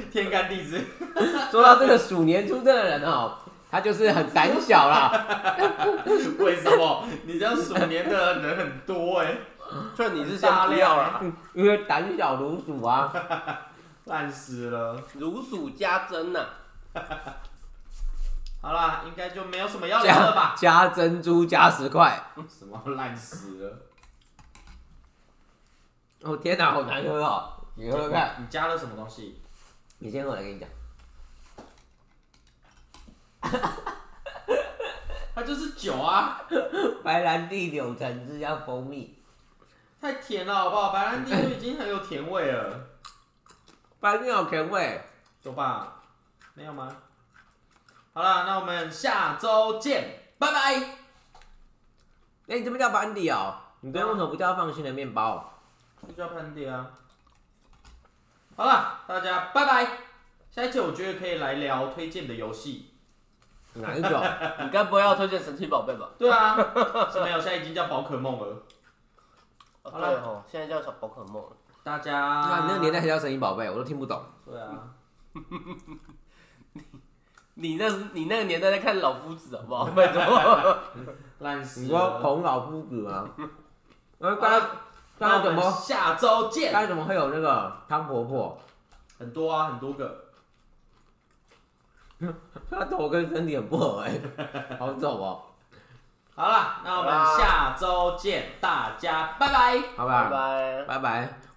[SPEAKER 2] 天干地支，
[SPEAKER 3] 说到这个鼠年出生的人哦，他就是很胆小啦。
[SPEAKER 2] 为什么？你这样鼠年的人很多哎、
[SPEAKER 1] 劝你
[SPEAKER 2] 是
[SPEAKER 1] 是
[SPEAKER 2] 先
[SPEAKER 1] 先
[SPEAKER 2] 不
[SPEAKER 1] 不
[SPEAKER 2] 要
[SPEAKER 1] 要
[SPEAKER 2] 啦
[SPEAKER 1] 啦。
[SPEAKER 3] 因为胆小如鼠啊。
[SPEAKER 2] 烂死了。
[SPEAKER 1] 如数家珍啊呐、
[SPEAKER 2] 好啦，应该就没有什么要聊的吧？
[SPEAKER 3] 加珍珠加十块。
[SPEAKER 2] 什么烂死了？
[SPEAKER 3] 哦天哪，好难喝哦！你喝喝看，
[SPEAKER 2] 你加了什么东西？
[SPEAKER 3] 你先喝，我来跟你讲。
[SPEAKER 2] 它就是酒啊，
[SPEAKER 3] 白兰地、柳橙汁加蜂蜜，
[SPEAKER 2] 太甜了好不好？白兰地就已经很有甜味了，
[SPEAKER 3] 白兰地好甜味。
[SPEAKER 2] 有吧？没有吗？好啦，那我们下周见，拜拜。
[SPEAKER 3] 哎、你这边叫班底哦？你这边为什么不叫放心的面包？
[SPEAKER 2] 这叫喷嚏啊！好啦，大家拜拜。下一期我觉得可以来聊推荐的游戏。
[SPEAKER 3] 哪一种？
[SPEAKER 1] 你该不会要推荐神奇宝贝吧？
[SPEAKER 2] 对 啊，是没有，现在已经叫宝可梦了。好啦
[SPEAKER 1] 对哦，现在叫小宝可梦了。
[SPEAKER 2] 大家，
[SPEAKER 3] 啊，你那个年代还叫神奇宝贝，我都听不懂。
[SPEAKER 2] 对啊，
[SPEAKER 1] 你那是你那个年代在看老夫子好不好？拜托，
[SPEAKER 2] 烂死了。
[SPEAKER 3] 你说彭老夫子 吗？我
[SPEAKER 2] 好
[SPEAKER 3] 刚
[SPEAKER 2] 啦
[SPEAKER 3] 刚刚刚怎
[SPEAKER 2] 那我
[SPEAKER 1] 啊
[SPEAKER 3] 么
[SPEAKER 2] 们下周见
[SPEAKER 3] 刚？刚怎么会有那个汤婆婆？
[SPEAKER 2] 很多啊，很多个。
[SPEAKER 3] 他头跟身体很不合哎、好走哦，
[SPEAKER 2] 好啦，那我们
[SPEAKER 1] 好啦
[SPEAKER 2] 下周见，大家拜拜。
[SPEAKER 3] 好吧，
[SPEAKER 1] 拜拜。
[SPEAKER 3] 拜拜。